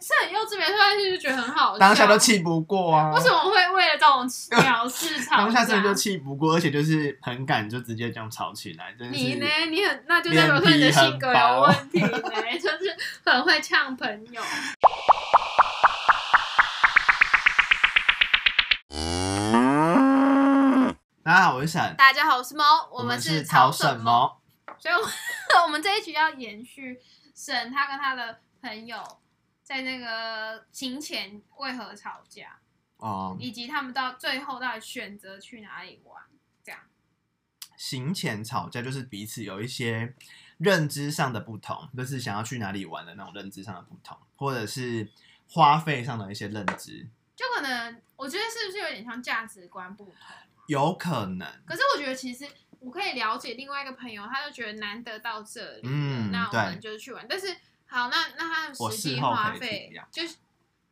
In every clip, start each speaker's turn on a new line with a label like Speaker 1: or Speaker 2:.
Speaker 1: 是很幼稚，没错，但是就觉得很好笑。
Speaker 2: 当下都气不过啊
Speaker 1: 为，什么会为了这种鸟事吵架？
Speaker 2: 当下真的就气不过，而且就是很敢就直接这样吵起来，真的是。
Speaker 1: 你呢？你很那就代表说你的性格有问题呢， 就是很会呛朋友。
Speaker 2: 大家好，我是沈，
Speaker 1: 大家好，我是猫，我
Speaker 2: 们
Speaker 1: 是
Speaker 2: 吵
Speaker 1: 什
Speaker 2: 什？么？
Speaker 1: 所以我们， 我们这一局要延续沈他跟他的朋友在那个行前为何吵架，
Speaker 2: 哦，
Speaker 1: 以及他们到最后到底选择去哪里玩。这样，
Speaker 2: 行前吵架就是彼此有一些认知上的不同，就是想要去哪里玩的那种认知上的不同，或者是花费上的一些认知，
Speaker 1: 就可能我觉得是不是有点像价值观不同？
Speaker 2: 有可能。
Speaker 1: 可是我觉得其实我可以了解另外一个朋友，他就觉得难得到这里，
Speaker 2: 嗯
Speaker 1: 那我
Speaker 2: 对
Speaker 1: 们就去玩。但是好，那那他的
Speaker 2: 我
Speaker 1: 实际
Speaker 2: 事后
Speaker 1: 花
Speaker 2: 可以
Speaker 1: 费
Speaker 2: 体谅
Speaker 1: 就是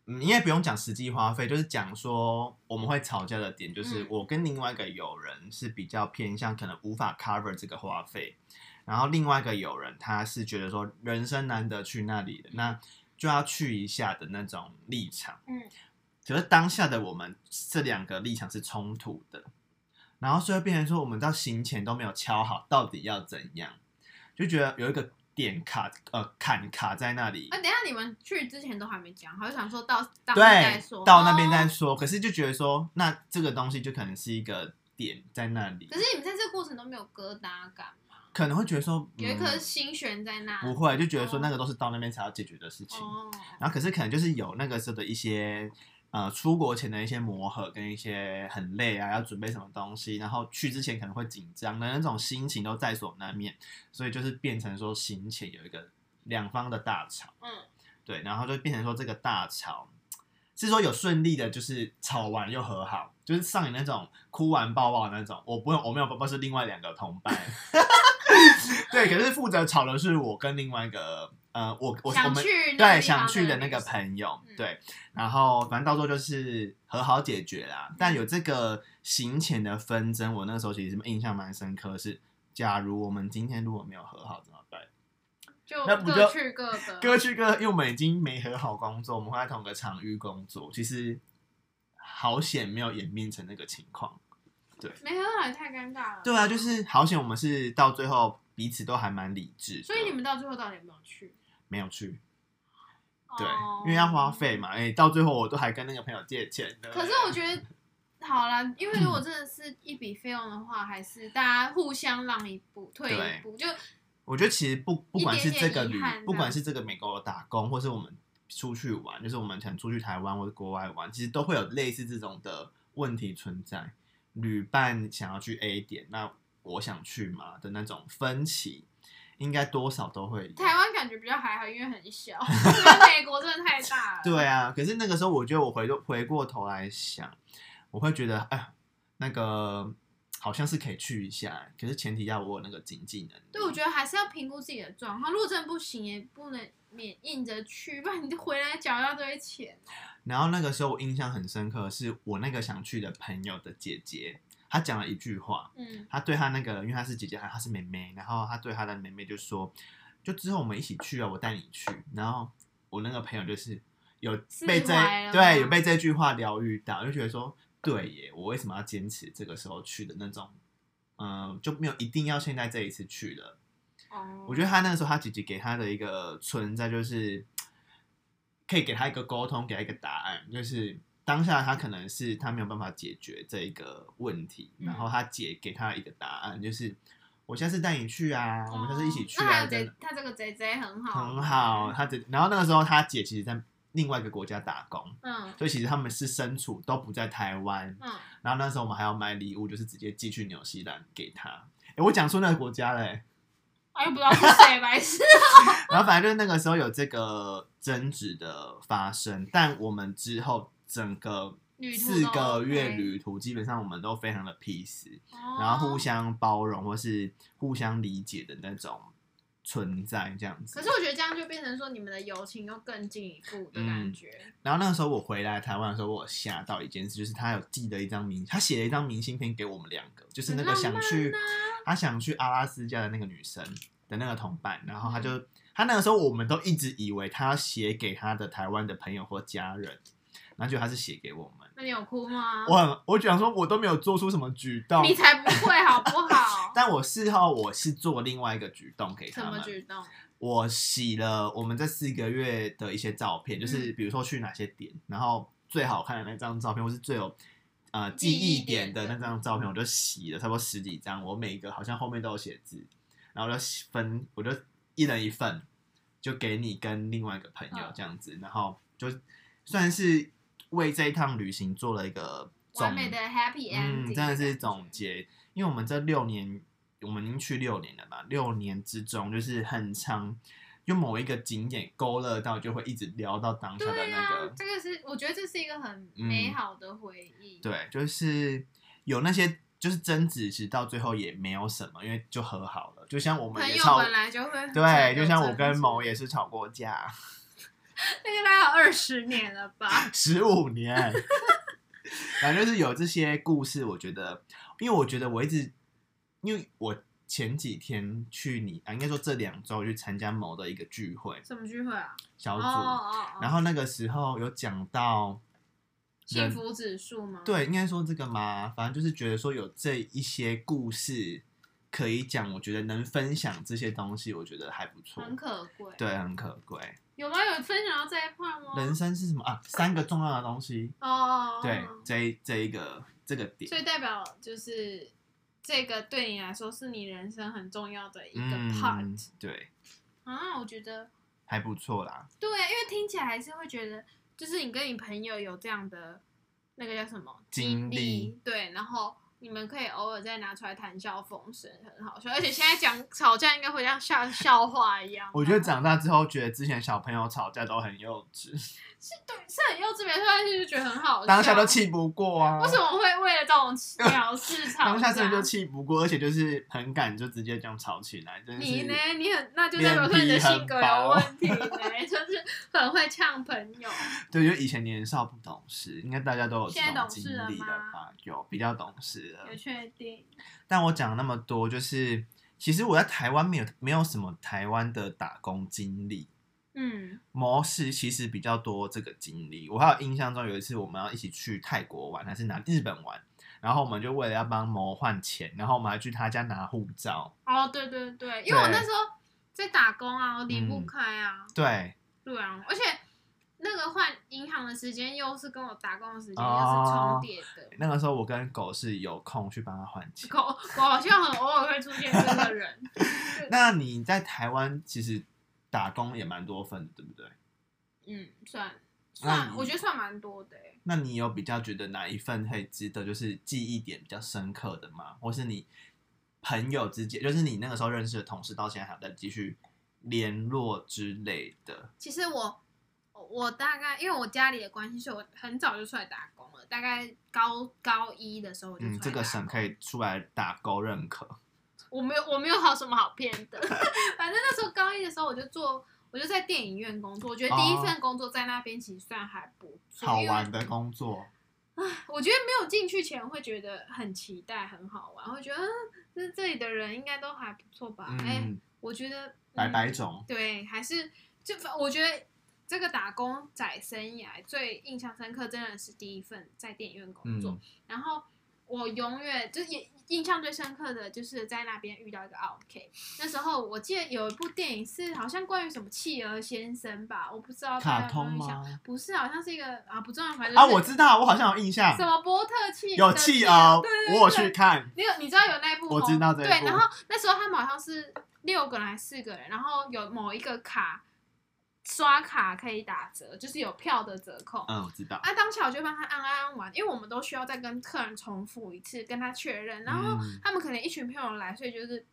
Speaker 2: 嗯，应该不用讲实际花费，就是讲说我们会吵架的点，就是
Speaker 1: 嗯
Speaker 2: 我跟另外一个友人是比较偏向可能无法 cover 这个花费，然后另外一个友人他是觉得说人生难得去那里的，那就要去一下的那种立场。
Speaker 1: 嗯，
Speaker 2: 可是当下的我们这两个立场是冲突的，然后所以变成说我们到行前都没有敲好到底要怎样，就觉得有一个点卡呃坎卡在那里。
Speaker 1: 啊，等一下你们去之前都还没讲，好就想说到当天再
Speaker 2: 对
Speaker 1: 说，，
Speaker 2: 到那边再
Speaker 1: 哦。
Speaker 2: 说。可是就觉得说，那这个东西就可能是一个点在那里
Speaker 1: 可，是你们在这个过程都没有疙瘩感嘛，
Speaker 2: 可能会觉得说，
Speaker 1: 有一
Speaker 2: 嗯
Speaker 1: 颗心悬在那。
Speaker 2: 不会，就觉得说
Speaker 1: 哦
Speaker 2: 那个都是到那边才要解决的事情。
Speaker 1: 哦，
Speaker 2: 然后可是可能就是有那个时候的一些。呃，出国前的一些磨合跟一些很累啊，要准备什么东西，然后去之前可能会紧张的那种心情都在所难免，所以就是变成说行前有一个两方的大吵。
Speaker 1: 嗯，
Speaker 2: 对，然后就变成说这个大吵是说有顺利的，就是吵完又和好，就是上演那种哭完抱抱的那种。我不用，我没有抱抱，是另外两个同伴。 对，可是负责吵的是我跟另外一个呃，我我我
Speaker 1: 想
Speaker 2: 们
Speaker 1: 去那啊个
Speaker 2: 对
Speaker 1: 地方
Speaker 2: 想去的
Speaker 1: 的
Speaker 2: 那个
Speaker 1: 女生
Speaker 2: 朋友，
Speaker 1: 嗯
Speaker 2: 对，然后反正到时候就是和好解决啦。但有这个行前的纷争，我那时候其实印象蛮深刻是。假如我们今天如果没有和好怎么办？
Speaker 1: 就
Speaker 2: 那不
Speaker 1: 各
Speaker 2: 就
Speaker 1: 去各 的。
Speaker 2: 各去各，因为我们已经没和好工作，我们会在同个场域工作，其实好险没有演变成那个情况。
Speaker 1: 没很好，也太尴尬了。
Speaker 2: 对啊，就是好险我们是到最后彼此都还蛮理智的，
Speaker 1: 所以你们到最后到底有没有去？
Speaker 2: 没有去，对，
Speaker 1: 哦
Speaker 2: 因为要花费嘛，哎、到最后我都还跟那个朋友借钱的。
Speaker 1: 可是我觉得，好啦，因为如果真的是一笔费用的话，还是大家互相让一步，退一步，就
Speaker 2: 我觉得其实不不管是这个
Speaker 1: 一点点
Speaker 2: 旅
Speaker 1: 遗憾啊，
Speaker 2: 不管是这个美国打工，或是我们出去玩，就是我们可能出去台湾或者国外玩，其实都会有类似这种的问题存在。旅伴想要去 A 点，那我想去嘛的那种分歧，应该多少都会有。
Speaker 1: 台湾感觉比较还好，因为很 小，因为美国真的太大了。
Speaker 2: 对啊，可是那个时候，我觉得我回回过头来想，我会觉得，哎，那个好像是可以去一下，可是前提要我有那个经济能力。
Speaker 1: 对，我觉得还是要评估自己的状况，如果真的不行，也不能免硬着去，不然你就回来缴一大堆钱。
Speaker 2: 然后那个时候我印象很深刻，是我那个想去的朋友的姐姐，她讲了一句话，
Speaker 1: 嗯，
Speaker 2: 她对她那个，因为她是姐姐，她是妹妹，然后她对她的妹妹就说，就之后我们一起去啊，我带你去。然后我那个朋友就是有
Speaker 1: 释怀
Speaker 2: 被这
Speaker 1: 了吗
Speaker 2: 对有被这句话疗愈到，就觉得说，对耶，我为什么要坚持这个时候去的那种，嗯、就没有一定要现在这一次去了。
Speaker 1: 哦，
Speaker 2: 我觉得他那个时候，他姐姐给他的一个存在，就是可以给他一个沟通，给他一个答案，就是当下他可能是他没有办法解决这一个问题，
Speaker 1: 嗯
Speaker 2: 然后他姐给他一个答案，就是我下次带你去啊，我们下次一起去
Speaker 1: 哦那还
Speaker 2: 啊，
Speaker 1: 有
Speaker 2: 真
Speaker 1: 贼
Speaker 2: 的，
Speaker 1: 他这个嗯贼贼很好，
Speaker 2: 很好。。他姐，然后那个时候他姐其实在另外一个国家打工，
Speaker 1: 嗯
Speaker 2: 所以其实他们是身处都不在台湾，
Speaker 1: 嗯，
Speaker 2: 然后那时候我们还要买礼物，就是直接寄去纽西兰给他。诶，我讲出那个国家嘞、欸
Speaker 1: 哎，又不知道是谁，白痴。
Speaker 2: 然后反正就是那个时候有这个争执的发生，但我们之后整个
Speaker 1: 旅途都
Speaker 2: 四个月
Speaker 1: OK
Speaker 2: 旅途，基本上我们都非常的 peace，、
Speaker 1: 然
Speaker 2: 然后
Speaker 1: 哦
Speaker 2: 互相包容或是互相理解的那种存在这样子。
Speaker 1: 可是我觉得这样就变成说你们的友情又更进一步的
Speaker 2: 嗯
Speaker 1: 感觉。
Speaker 2: 然后那个时候我回来台湾的时候，我有吓到一件事，就是他有寄了一张明，他写了一张明信片给我们两个，就是那个
Speaker 1: 很浪
Speaker 2: 想去
Speaker 1: 漫啊嗯
Speaker 2: 他想去阿拉斯加的那个女生的那个同伴，然后他就他那个时候我们都一直以为他写给他的台湾的朋友或家人，然后就他是写给我们。
Speaker 1: 那你有哭吗？
Speaker 2: 我很我想说，我都没有做出什么举动，
Speaker 1: 你才不会好不好？
Speaker 2: 但我事后我是做另外一个举动给
Speaker 1: 什
Speaker 2: 他
Speaker 1: 么
Speaker 2: 们。
Speaker 1: 举动？
Speaker 2: 我洗了我们这四个月的一些照片，就是比如说去哪些点，然后最好看的那张照片，或是最有呃记忆点的那张照片，我就洗了差不多十几张，我每一个好像后面都有写字，然后我就洗分，我就一人一份，就给你跟另外一个朋友
Speaker 1: 嗯
Speaker 2: 这样子，然后就算是为这一趟旅行做了一个总
Speaker 1: 完美的 happy ending，、
Speaker 2: 嗯，真的是总。结，因为我们这六年，我们已经去六年了嘛，六年之中就是很长，就某一个景点勾勒到，就会一直聊到当下的
Speaker 1: 对
Speaker 2: 那个，嗯
Speaker 1: 啊，这个是我觉得这是一个很美好的回忆。
Speaker 2: 对，啊就是有那些就是争执，其实到最后也没有什么，因为就和好了，就像我们
Speaker 1: 朋
Speaker 2: 也
Speaker 1: 友
Speaker 2: 吵，
Speaker 1: 本来就会
Speaker 2: 对，就像我跟某
Speaker 1: 也，
Speaker 2: 也是吵过架
Speaker 1: 那个大概有二十年了吧？
Speaker 2: 十五年。 反正就是有这些故事，我觉得，因为我觉得我一直，因为我前几天去你啊，应该说这两周去参加某的一个聚会
Speaker 1: 什么聚会啊？
Speaker 2: 小
Speaker 1: 哦
Speaker 2: 组，
Speaker 1: 哦哦，
Speaker 2: 然后那个时候有讲到
Speaker 1: 幸
Speaker 2: 人
Speaker 1: 福指数吗？，
Speaker 2: 对，应该说这个嘛，反正就是觉得说有这一些故事可以讲，我觉得能分享这些东西，我觉得还不错，
Speaker 1: 很可贵。
Speaker 2: 对，很可贵。
Speaker 1: 有吗？有分享到这一块吗？
Speaker 2: 人生是什么啊？三个重要的东西，
Speaker 1: 哦哦，哦
Speaker 2: 对，这一这一个这个点
Speaker 1: 所，以代表就是这个对你来说是你人生很重要的一个
Speaker 2: 嗯
Speaker 1: part、，
Speaker 2: 对，
Speaker 1: 啊，我觉得
Speaker 2: 还不错啦。
Speaker 1: 对，啊因为听起来还是会觉得，就是你跟你朋友有这样的那个叫什么
Speaker 2: 经历
Speaker 1: 对，然后你们可以偶尔再拿出来谈笑风生，很好笑。而且现在讲吵架应该会像笑笑话一样吧，
Speaker 2: 我觉得长大之后，觉得之前小朋友吵架都很幼稚，
Speaker 1: 是对，是很幼稚没错，但是就觉得很好笑，
Speaker 2: 当下都气不过啊
Speaker 1: 为。什么会为了这种鸟事吵架？
Speaker 2: 当下真的就气不过，而且就是很敢，就直接这样吵起来，真的是。
Speaker 1: 你呢？你很，那就代表说你的性格有问题呢， 就是很会呛朋友。
Speaker 2: 对，就以前年少不懂事，应该大家都有这
Speaker 1: 现在
Speaker 2: 种
Speaker 1: 懂
Speaker 2: 经
Speaker 1: 事了
Speaker 2: 历的
Speaker 1: 吗
Speaker 2: 吧？有比较懂事了
Speaker 1: 有。确定？
Speaker 2: 但我讲了那么多，就是其实我在台湾没有没有什么台湾的打工经历，
Speaker 1: 嗯，
Speaker 2: 模式其实比较多这个经历。我还有印象中有一次我们要一起去泰国玩，还是拿日本玩，然后我们就为了要帮某换钱，然后我们还去他家拿护照。
Speaker 1: 哦，对对对，因为我
Speaker 2: 对嗯
Speaker 1: 那时候在打工啊，我离不开啊，
Speaker 2: 对，
Speaker 1: 对啊，而且那个换银行的时间又是跟我打工的时间又是
Speaker 2: 哦
Speaker 1: 重叠的。
Speaker 2: 那个时候我跟狗是有空去帮他换钱。
Speaker 1: 我我好像很偶尔会出现这个人，
Speaker 2: 那你在台湾其实打工也蛮多份的，对不对？
Speaker 1: 嗯，算
Speaker 2: 那
Speaker 1: 算，
Speaker 2: 你
Speaker 1: 我觉得算蛮多的欸。
Speaker 2: 那你有比较觉得哪一份会值得就是记忆点比较深刻的吗？或是你朋友之间，就是你那个时候认识的同事，到现在还有在继续联络之类的？
Speaker 1: 其实我我大概因为我家里的关系，所以我很早就出来打工了。大概高高一的时候我就出来
Speaker 2: 嗯，
Speaker 1: 打
Speaker 2: 这
Speaker 1: 工
Speaker 2: 个省可以出来打勾认可。
Speaker 1: 我没有我没有好什么好骗 的。反正那时候高一的时候，我就做我就在电影院工作。我觉得第一份工作在那边其实算还不错，
Speaker 2: 哦好
Speaker 1: 因为
Speaker 2: 玩的工作，
Speaker 1: 我觉得没有进去前会觉得很期待，很好玩，会觉得嗯，这这里的人应该都还不错吧？哎、
Speaker 2: 嗯，
Speaker 1: 我觉得
Speaker 2: 百百
Speaker 1: 嗯
Speaker 2: 种，
Speaker 1: 对，还是就我觉得这个打工仔生涯最印象深刻，真的是第一份在电影院工作。
Speaker 2: 嗯
Speaker 1: 然后我永远就是也印象最深刻的就是在那边遇到一个 OK，那时候我记得有一部电影是好像关于什么企鹅先生吧，我不知道大
Speaker 2: 卡
Speaker 1: 家有
Speaker 2: 通
Speaker 1: 没有印象，
Speaker 2: 吗？
Speaker 1: 不是，好像是一个啊不重要，反正
Speaker 2: 啊，
Speaker 1: 就是
Speaker 2: 我知道，我好像有印象
Speaker 1: 什，么波特企
Speaker 2: 有
Speaker 1: 的
Speaker 2: 企鹅
Speaker 1: 对对，对
Speaker 2: 我有去看，
Speaker 1: 你有你知道有那一部吗？
Speaker 2: 我知道这一部
Speaker 1: 对，然后那时候他们好像是六个人还是四个人，然后有某一个卡刷卡可以打折，就是有票的折扣。
Speaker 2: 嗯，我知道。
Speaker 1: 啊，当下我就帮他按按按完，因为我们都需要再跟客人重复一次，跟他确认。然后
Speaker 2: 嗯
Speaker 1: 他们可能一群朋友来，所以就是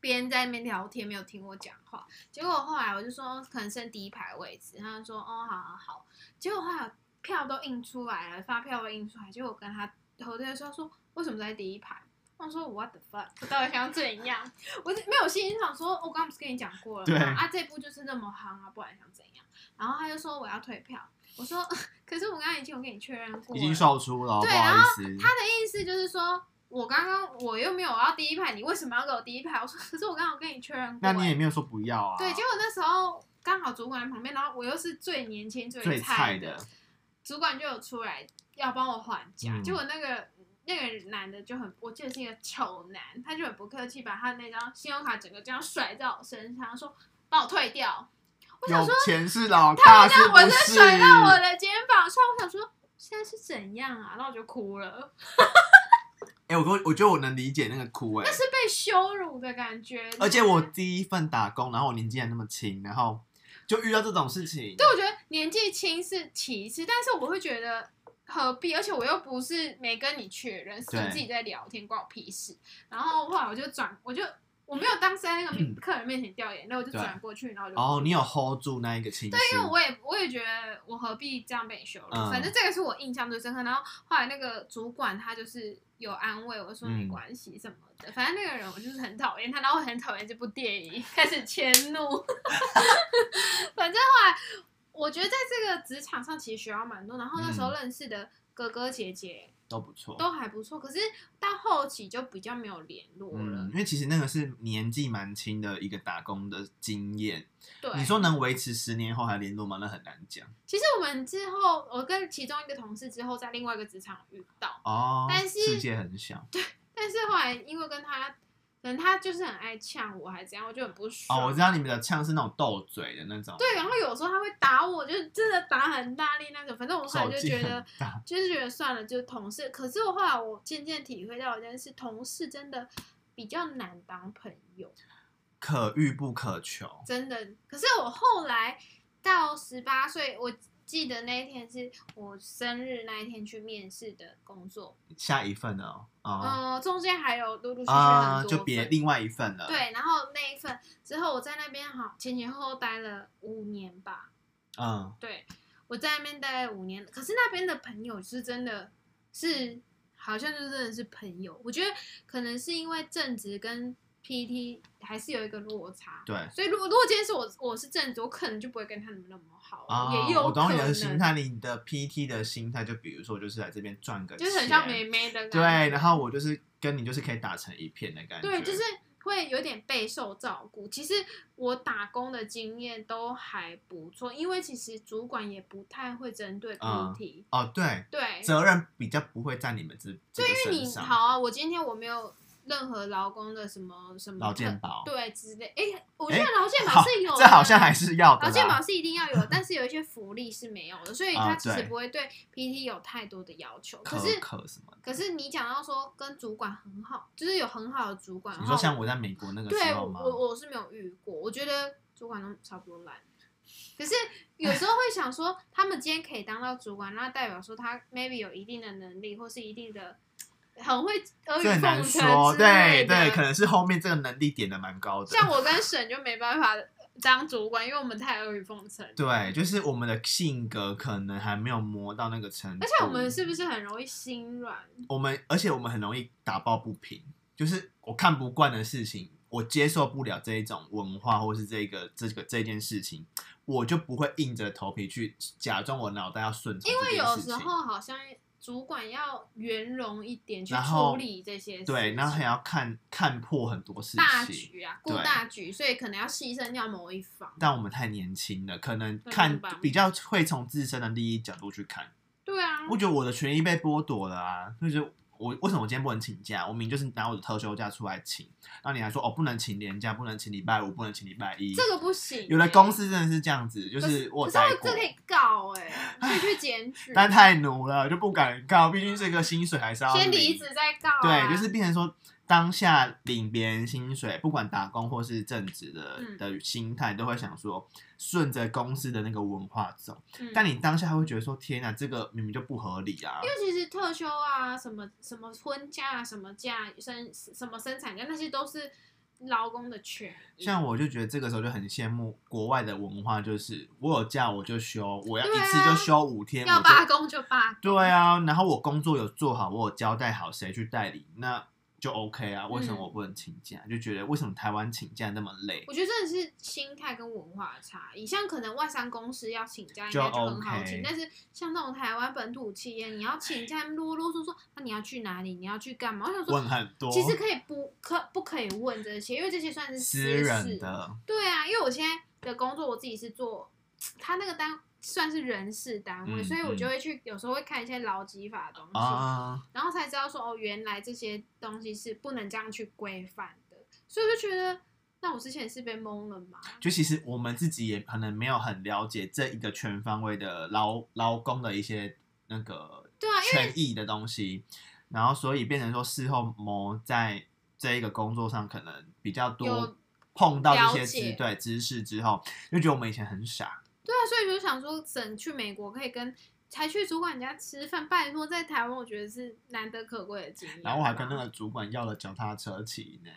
Speaker 1: 别人在那边聊天，没有听我讲话。结果后来我就说可能剩第一排位置，他就说哦，好好哦好。结果后来票都印出来了，发票都印出来，结果我跟他核对的时候说为什么在第一排？他说 What the fuck，我到底想怎样？我就没有心里想说，我刚刚不是跟你讲过了
Speaker 2: 对
Speaker 1: 吗？啊，这部就是那么夯啊，不然想怎样？然后他就说我要退票，我 说可是我刚刚已经有跟你确认过了，
Speaker 2: 已经售出了，
Speaker 1: 对
Speaker 2: 不好
Speaker 1: 然
Speaker 2: 意
Speaker 1: 后
Speaker 2: 思。
Speaker 1: 他的意思就是说，我刚刚我又没有要第一排，你为什么要给我第一排？我说可是我刚好跟你确认过、
Speaker 2: 那你也
Speaker 1: 欸，
Speaker 2: 没有说不要啊。
Speaker 1: 对，结果那时候刚好主管在旁边，然后我又是最年轻最
Speaker 2: 最菜
Speaker 1: 的
Speaker 2: 的，
Speaker 1: 主管就有出来要帮我还价，
Speaker 2: 嗯
Speaker 1: 结果那个那个男的就很，我记得是一个丑男，他就很不客气，把他那张信用卡整个这样甩在我身上，说把我退掉。我想
Speaker 2: 有
Speaker 1: 说，
Speaker 2: 钱 是老
Speaker 1: 他
Speaker 2: 大，
Speaker 1: 好像
Speaker 2: 是不
Speaker 1: 我
Speaker 2: 是？
Speaker 1: 是甩到我的肩膀上，我想说现在是怎样啊？然后我就哭了，
Speaker 2: 哎、我跟我我觉得我能理解那个哭哎、
Speaker 1: 那是被羞辱的感觉。
Speaker 2: 而且我第一份打工，然后我年纪还那么轻，然后就遇到这种事情，
Speaker 1: 对，我觉得年纪轻是其次，但是我会觉得何必？而且我又不是没跟你确认，是
Speaker 2: 对
Speaker 1: 你自己在聊天，关我屁事。然后后来我就转，我就我没有当时在那个客人面前掉眼泪，我就
Speaker 2: 嗯对
Speaker 1: 转过去，然后我就
Speaker 2: 哦，你有 hold 住那一个情绪，
Speaker 1: 对，因为我也我也觉得我何必这样被羞辱？
Speaker 2: 嗯
Speaker 1: 反正这个是我印象最深刻。然后后来那个主管他就是有安慰我说
Speaker 2: 嗯
Speaker 1: 没关系什么的，反正那个人我就是很讨厌他，然后我很讨厌这部电影， 开始迁 怒。反正后来我觉得在这个职场上其实学到蛮多，然后那
Speaker 2: 嗯
Speaker 1: 时候认识的哥哥姐姐
Speaker 2: 都不错，嗯
Speaker 1: 都还不错，可是到后期就比较没有联络了。
Speaker 2: 嗯，因为其实那个是年纪蛮轻的一个打工的经验，
Speaker 1: 对，
Speaker 2: 你说能维持十年后还联络吗？那很难讲
Speaker 1: 其实我们之后我跟其中一个同事之后在另外一个职场遇到。
Speaker 2: 哦。
Speaker 1: 但是
Speaker 2: 世界很小
Speaker 1: 但是后来因为跟他，可能他就是很爱呛我，还怎样，我就很不爽。
Speaker 2: 哦，我知道你们的呛是那种斗嘴的那种，
Speaker 1: 对，然后有时候他会打我，就是真的打很大力那种。反正我后
Speaker 2: 手
Speaker 1: 来就
Speaker 2: 劲
Speaker 1: 觉
Speaker 2: 很
Speaker 1: 得，
Speaker 2: 大，
Speaker 1: 就是觉得算了，就是同事。可是我后来我渐渐体会到一件事，同事真的比较难当朋友，
Speaker 2: 可遇不可求。
Speaker 1: 真的。可是我后来到十八岁，我记得那一天是我生日那一天去面试的工作，
Speaker 2: 下一份呢？哦
Speaker 1: 嗯、中间还有陆陆续续嗯
Speaker 2: 啊，
Speaker 1: 很多、
Speaker 2: 就别另外一份了。，
Speaker 1: 对，然后那一份之后，我在那边好前前后后待了五年吧。
Speaker 2: 嗯，
Speaker 1: 对，我在那边待了五年，可是那边的朋友是真的是好像就真的是朋友。我觉得可能是因为正职跟 PT 还是有一个落差。
Speaker 2: 对。
Speaker 1: 所以如果如果今天是我我是正职，我可能就不会跟他们那么好，
Speaker 2: 啊，
Speaker 1: 也有
Speaker 2: 我
Speaker 1: 可
Speaker 2: 懂你
Speaker 1: 能
Speaker 2: 的心态，你的 PT 的心态，就比如说，就是来这边赚个钱，
Speaker 1: 就是很像妹妹的感觉。
Speaker 2: 对，然后我就是跟你就是可以打成一片的感觉，
Speaker 1: 对，就是会有点备受照顾。其实我打工的经验都还不错，因为其实主管也不太会针对
Speaker 2: 嗯
Speaker 1: PT，、
Speaker 2: 哦，对，
Speaker 1: 对，
Speaker 2: 责任比较不会在你们这这个
Speaker 1: 因为
Speaker 2: 身
Speaker 1: 你
Speaker 2: 上，
Speaker 1: 好啊，我今天我没有任何劳工的什么什么
Speaker 2: 劳健保
Speaker 1: 对之类，哎，我觉
Speaker 2: 诶
Speaker 1: 得劳健保
Speaker 2: 好
Speaker 1: 是有的，
Speaker 2: 这好像还是要的
Speaker 1: 劳健保
Speaker 2: 啦。
Speaker 1: 是一定要有，但是有一些福利是没有的，所以
Speaker 2: 啊
Speaker 1: 他其实
Speaker 2: 对
Speaker 1: 不会对 PT 有太多的要求。
Speaker 2: 可
Speaker 1: 可是
Speaker 2: 可什么的？
Speaker 1: 可是你讲到说跟主管很好，就是有很好的主管，
Speaker 2: 你
Speaker 1: 然
Speaker 2: 说
Speaker 1: 后
Speaker 2: 像我在美国那个
Speaker 1: 对
Speaker 2: 时
Speaker 1: 我
Speaker 2: 候吗？
Speaker 1: 我我是没有遇过，我觉得主管都差不多烂。可是有时候会想说，他们今天可以当到主管，那代表说他 maybe 有一定的能力，或是一定的很会阿
Speaker 2: 这
Speaker 1: 谀
Speaker 2: 很难
Speaker 1: 奉
Speaker 2: 说，
Speaker 1: 承之类
Speaker 2: 对
Speaker 1: 的。
Speaker 2: 对，可能是后面这个能力点的蛮高的。
Speaker 1: 像我跟沈就没办法当主管，因为我们太阿谀奉承。
Speaker 2: 对，就是我们的性格可能还没有磨到那个程
Speaker 1: 而
Speaker 2: 度，
Speaker 1: 且我们是不是很容易心软？
Speaker 2: 我们，而且我们很容易打抱不平，就是我看不惯的事情，我接受不了这一种文化或是这个这个这件事情，我就不会硬着头皮去假装我脑袋要顺从
Speaker 1: 因
Speaker 2: 这
Speaker 1: 为
Speaker 2: 件
Speaker 1: 有
Speaker 2: 事
Speaker 1: 时
Speaker 2: 情。
Speaker 1: 候好像主管要圆融一点去
Speaker 2: 然后
Speaker 1: 处理这些事情。
Speaker 2: 对，然后还要看看破很多事
Speaker 1: 大
Speaker 2: 情。
Speaker 1: 局啊，顾
Speaker 2: 对
Speaker 1: 大局，所以可能要牺牲掉某一方。
Speaker 2: 但我们太年轻了，可能
Speaker 1: 对
Speaker 2: 看
Speaker 1: 明白
Speaker 2: 比较会从自身的利益角度去看。
Speaker 1: 对啊，
Speaker 2: 我觉得我的权益被剥夺了啊！就是我为什么我今天不能请假？我明明就是拿我的特休假出来请，然后你还说哦不能请年假，不能请礼拜五，不能请礼拜一。
Speaker 1: 这个不行欸、
Speaker 2: 有的公司真的是这样子，就
Speaker 1: 可
Speaker 2: 是我
Speaker 1: 可是我
Speaker 2: 有待
Speaker 1: 这
Speaker 2: 过
Speaker 1: 可，以告 哎、可以去检举，
Speaker 2: 但太奴了就不敢告，毕竟这个薪水还是要
Speaker 1: 先
Speaker 2: 领
Speaker 1: 离职再告、啊。
Speaker 2: 对，就是变成说当下领别人薪水，不管打工或是正职的
Speaker 1: 嗯
Speaker 2: 的心态，都会想说顺着公司的那个文化走。
Speaker 1: 嗯
Speaker 2: 但你当下会觉得说，天哪，这个明明就不合理啊！
Speaker 1: 因为其实特休啊，什么什么婚假啊、什么假、生什么生产假，那些都是劳工的权益。
Speaker 2: 像我就觉得这个时候就很羡慕国外的文化，就是我有假我就休，我要
Speaker 1: 对
Speaker 2: 一
Speaker 1: 啊
Speaker 2: 次就休五天，
Speaker 1: 要
Speaker 2: 我就
Speaker 1: 罢工就罢工，
Speaker 2: 对啊，然后我工作有做好，我有交代好谁去代理，那就 OK 啊，为什么
Speaker 1: 嗯
Speaker 2: 我不能请假？就觉得为什么台湾请假那么累？
Speaker 1: 我觉得真的是心态跟文化的差异，像可能外商公司要请假应
Speaker 2: 就
Speaker 1: 该就很好
Speaker 2: OK
Speaker 1: 请，但是像那种台湾本土企业，你要请假啰啰嗦嗦，那、你要去哪里？你要去干嘛？我想说，
Speaker 2: 问很多，
Speaker 1: 其实可以不可不可以问这些，因为这些算是私
Speaker 2: 私
Speaker 1: 事。
Speaker 2: 人的，
Speaker 1: 对啊，因为我现在的工作我自己是做，他那个单算是人事单位，
Speaker 2: 嗯
Speaker 1: 所以我
Speaker 2: 嗯
Speaker 1: 就会去有时候会看一些劳基法的东西，
Speaker 2: 啊，
Speaker 1: 然后才知道说哦，原来这些东西是不能这样去规范的，所以我就觉得，那我之前是被蒙了嘛？
Speaker 2: 就其实我们自己也可能没有很了解这一个全方位的劳劳工的一些那个
Speaker 1: 对啊，因为
Speaker 2: 权益的东西，然后所以变成说事后磨在这一个工作上可能比较
Speaker 1: 有
Speaker 2: 多碰到
Speaker 1: 了
Speaker 2: 这些
Speaker 1: 解
Speaker 2: 知对知识之后，就觉得我们以前很傻，
Speaker 1: 对啊，所以我就想说，整去美国可以跟。才去主管家吃饭，拜托，在台湾我觉得是难得可贵的经验吧。啊
Speaker 2: 然后我还跟那个主管要了脚踏车骑呢。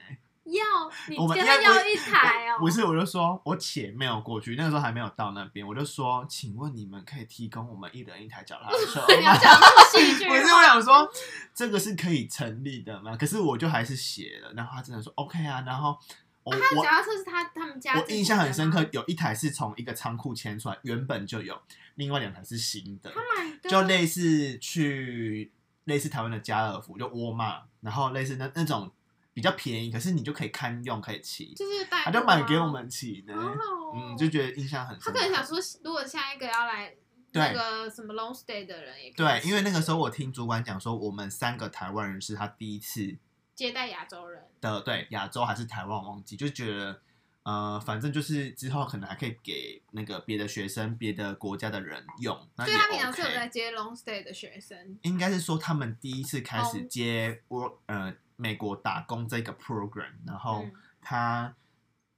Speaker 1: 要你
Speaker 2: 我们
Speaker 1: 跟
Speaker 2: 因
Speaker 1: 他
Speaker 2: 为
Speaker 1: 要
Speaker 2: 不
Speaker 1: 一台哦、
Speaker 2: 不是，我就说我姐没有过去，那个时候还没有到那边，我就说，请问你们可以提供我们一人一台脚踏车
Speaker 1: 你要
Speaker 2: 吗？
Speaker 1: 讲出戏剧
Speaker 2: 不是，我想说这个是可以成立的嘛？可是我就还是写了，然后他真的说 OK 啊，然后我、
Speaker 1: 脚
Speaker 2: 我
Speaker 1: 踏车是他他们家，
Speaker 2: 我印象很深刻，。有一台是从一个仓库迁出来，原本就有，另外两台是新的，
Speaker 1: 他买的
Speaker 2: 就类似去类似台湾的家乐福，就沃尔玛，然后类似那那种比较便宜，可是你就可以堪用可以骑，
Speaker 1: 就是带，
Speaker 2: 他就买给我，们骑呢。
Speaker 1: 好好哦。
Speaker 2: 嗯，就觉得印象很
Speaker 1: 他
Speaker 2: 深刻。
Speaker 1: 可能想说，如果下一个要来
Speaker 2: 对
Speaker 1: 那个什么 long stay 的人也可以
Speaker 2: 对，因为那个时候我听主管讲说，我们三个台湾人是他第一次
Speaker 1: 接待亚洲人，
Speaker 2: 的，对，亚洲还是台湾，我忘记，就觉得呃，反正就是之后可能还可以给那个别的学生、别的国家的人用，那
Speaker 1: 所
Speaker 2: 也
Speaker 1: 以他平常是有
Speaker 2: OK
Speaker 1: 在接 long stay 的学生。
Speaker 2: 应该是说他们第一次开始
Speaker 1: 哦
Speaker 2: 接我呃美国打工这个 program，然后
Speaker 1: 嗯
Speaker 2: 他、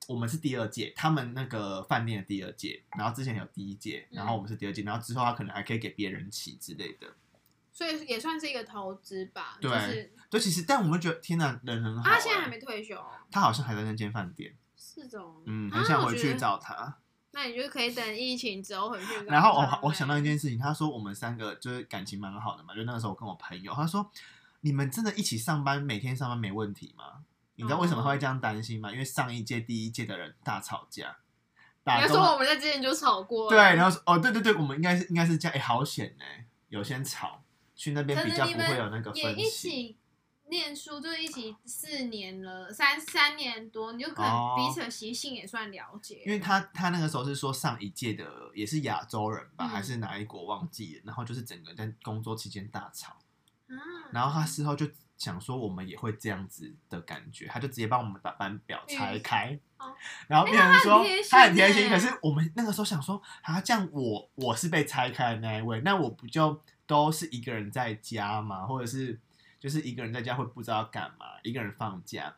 Speaker 2: 我们是第二届，他们那个饭店的第二届，然后之前有第一届，然后我们
Speaker 1: 嗯
Speaker 2: 是第二届，然后之后他可能还可以给别人骑之类的。
Speaker 1: 所以也算是一个投资吧，
Speaker 2: 对
Speaker 1: 就是
Speaker 2: 就其实，但我们觉得天哪，人很好、
Speaker 1: 啊他现在还
Speaker 2: 欸
Speaker 1: 没退休哦，
Speaker 2: 他好像还在那间饭店，
Speaker 1: 是种
Speaker 2: 嗯，
Speaker 1: 啊
Speaker 2: 很想
Speaker 1: 我
Speaker 2: 回
Speaker 1: 觉
Speaker 2: 去
Speaker 1: 得
Speaker 2: 找他。
Speaker 1: 那你就可以等疫情之后回去找他。
Speaker 2: 然后我我想到一件事情，他说我们三个就是感情蛮好的嘛，就那个时候我跟我朋友，他说你们真的一起上班，每天上班没问题吗？你知道为什么他
Speaker 1: 哦
Speaker 2: 会这样担心吗？因为上一届、第一届的人大吵架，
Speaker 1: 你
Speaker 2: 打
Speaker 1: 要说我
Speaker 2: 工
Speaker 1: 们在之前就吵过了，
Speaker 2: 对，然后说哦，对对对，我们应该是应该是这样，哎，好险呢、有先吵，去那边
Speaker 1: 可
Speaker 2: 比
Speaker 1: 能
Speaker 2: 较
Speaker 1: 你
Speaker 2: 不会有那
Speaker 1: 们
Speaker 2: 个
Speaker 1: 也
Speaker 2: 分
Speaker 1: 一
Speaker 2: 歧。
Speaker 1: 起念书，就是一起四年了，三三年多，你就可能
Speaker 2: 哦
Speaker 1: 彼此的习性也算了解。
Speaker 2: 因为他他那个时候是说上一届的也是亚洲人吧，
Speaker 1: 嗯
Speaker 2: 还是哪一国忘记了，然后就是整个在工作期间大吵。
Speaker 1: 啊，
Speaker 2: 然后他事后就想说，我们也会这样子的感觉，他就直接帮我们把班表拆开，
Speaker 1: 哦
Speaker 2: 然后变成说、
Speaker 1: 哎他
Speaker 2: 他
Speaker 1: 很
Speaker 2: 很
Speaker 1: 贴
Speaker 2: 贴
Speaker 1: 心耶
Speaker 2: 心，可是我们那个时候想说，啊，这样我我是被拆开的那一位，那我不就都是一个人在家吗？或者是就是一个人在家会不知道干嘛，一个人放假。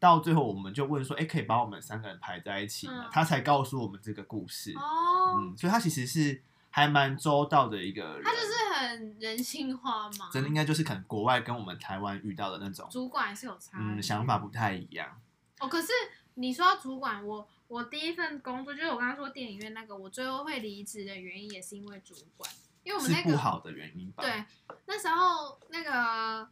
Speaker 2: 到最后，我们就问说：“哎、可以把我们三个人排在一起吗？”
Speaker 1: 嗯
Speaker 2: 他才告诉我们这个故事。
Speaker 1: 哦，
Speaker 2: 嗯，所以他其实是还蛮周到的一个人。
Speaker 1: 他就是很人性化嘛，
Speaker 2: 真的应该就是可能国外跟我们台湾遇到的那种，
Speaker 1: 主管还是有差
Speaker 2: 嗯，
Speaker 1: 异
Speaker 2: 想法不太一样。
Speaker 1: 哦。可是你说到主管，我我第一份工作就是我刚刚说电影院那个，我最后会离职的原因也是因为主管，因为我们
Speaker 2: 是
Speaker 1: 那个
Speaker 2: 不好的原因吧？
Speaker 1: 对，那时候那个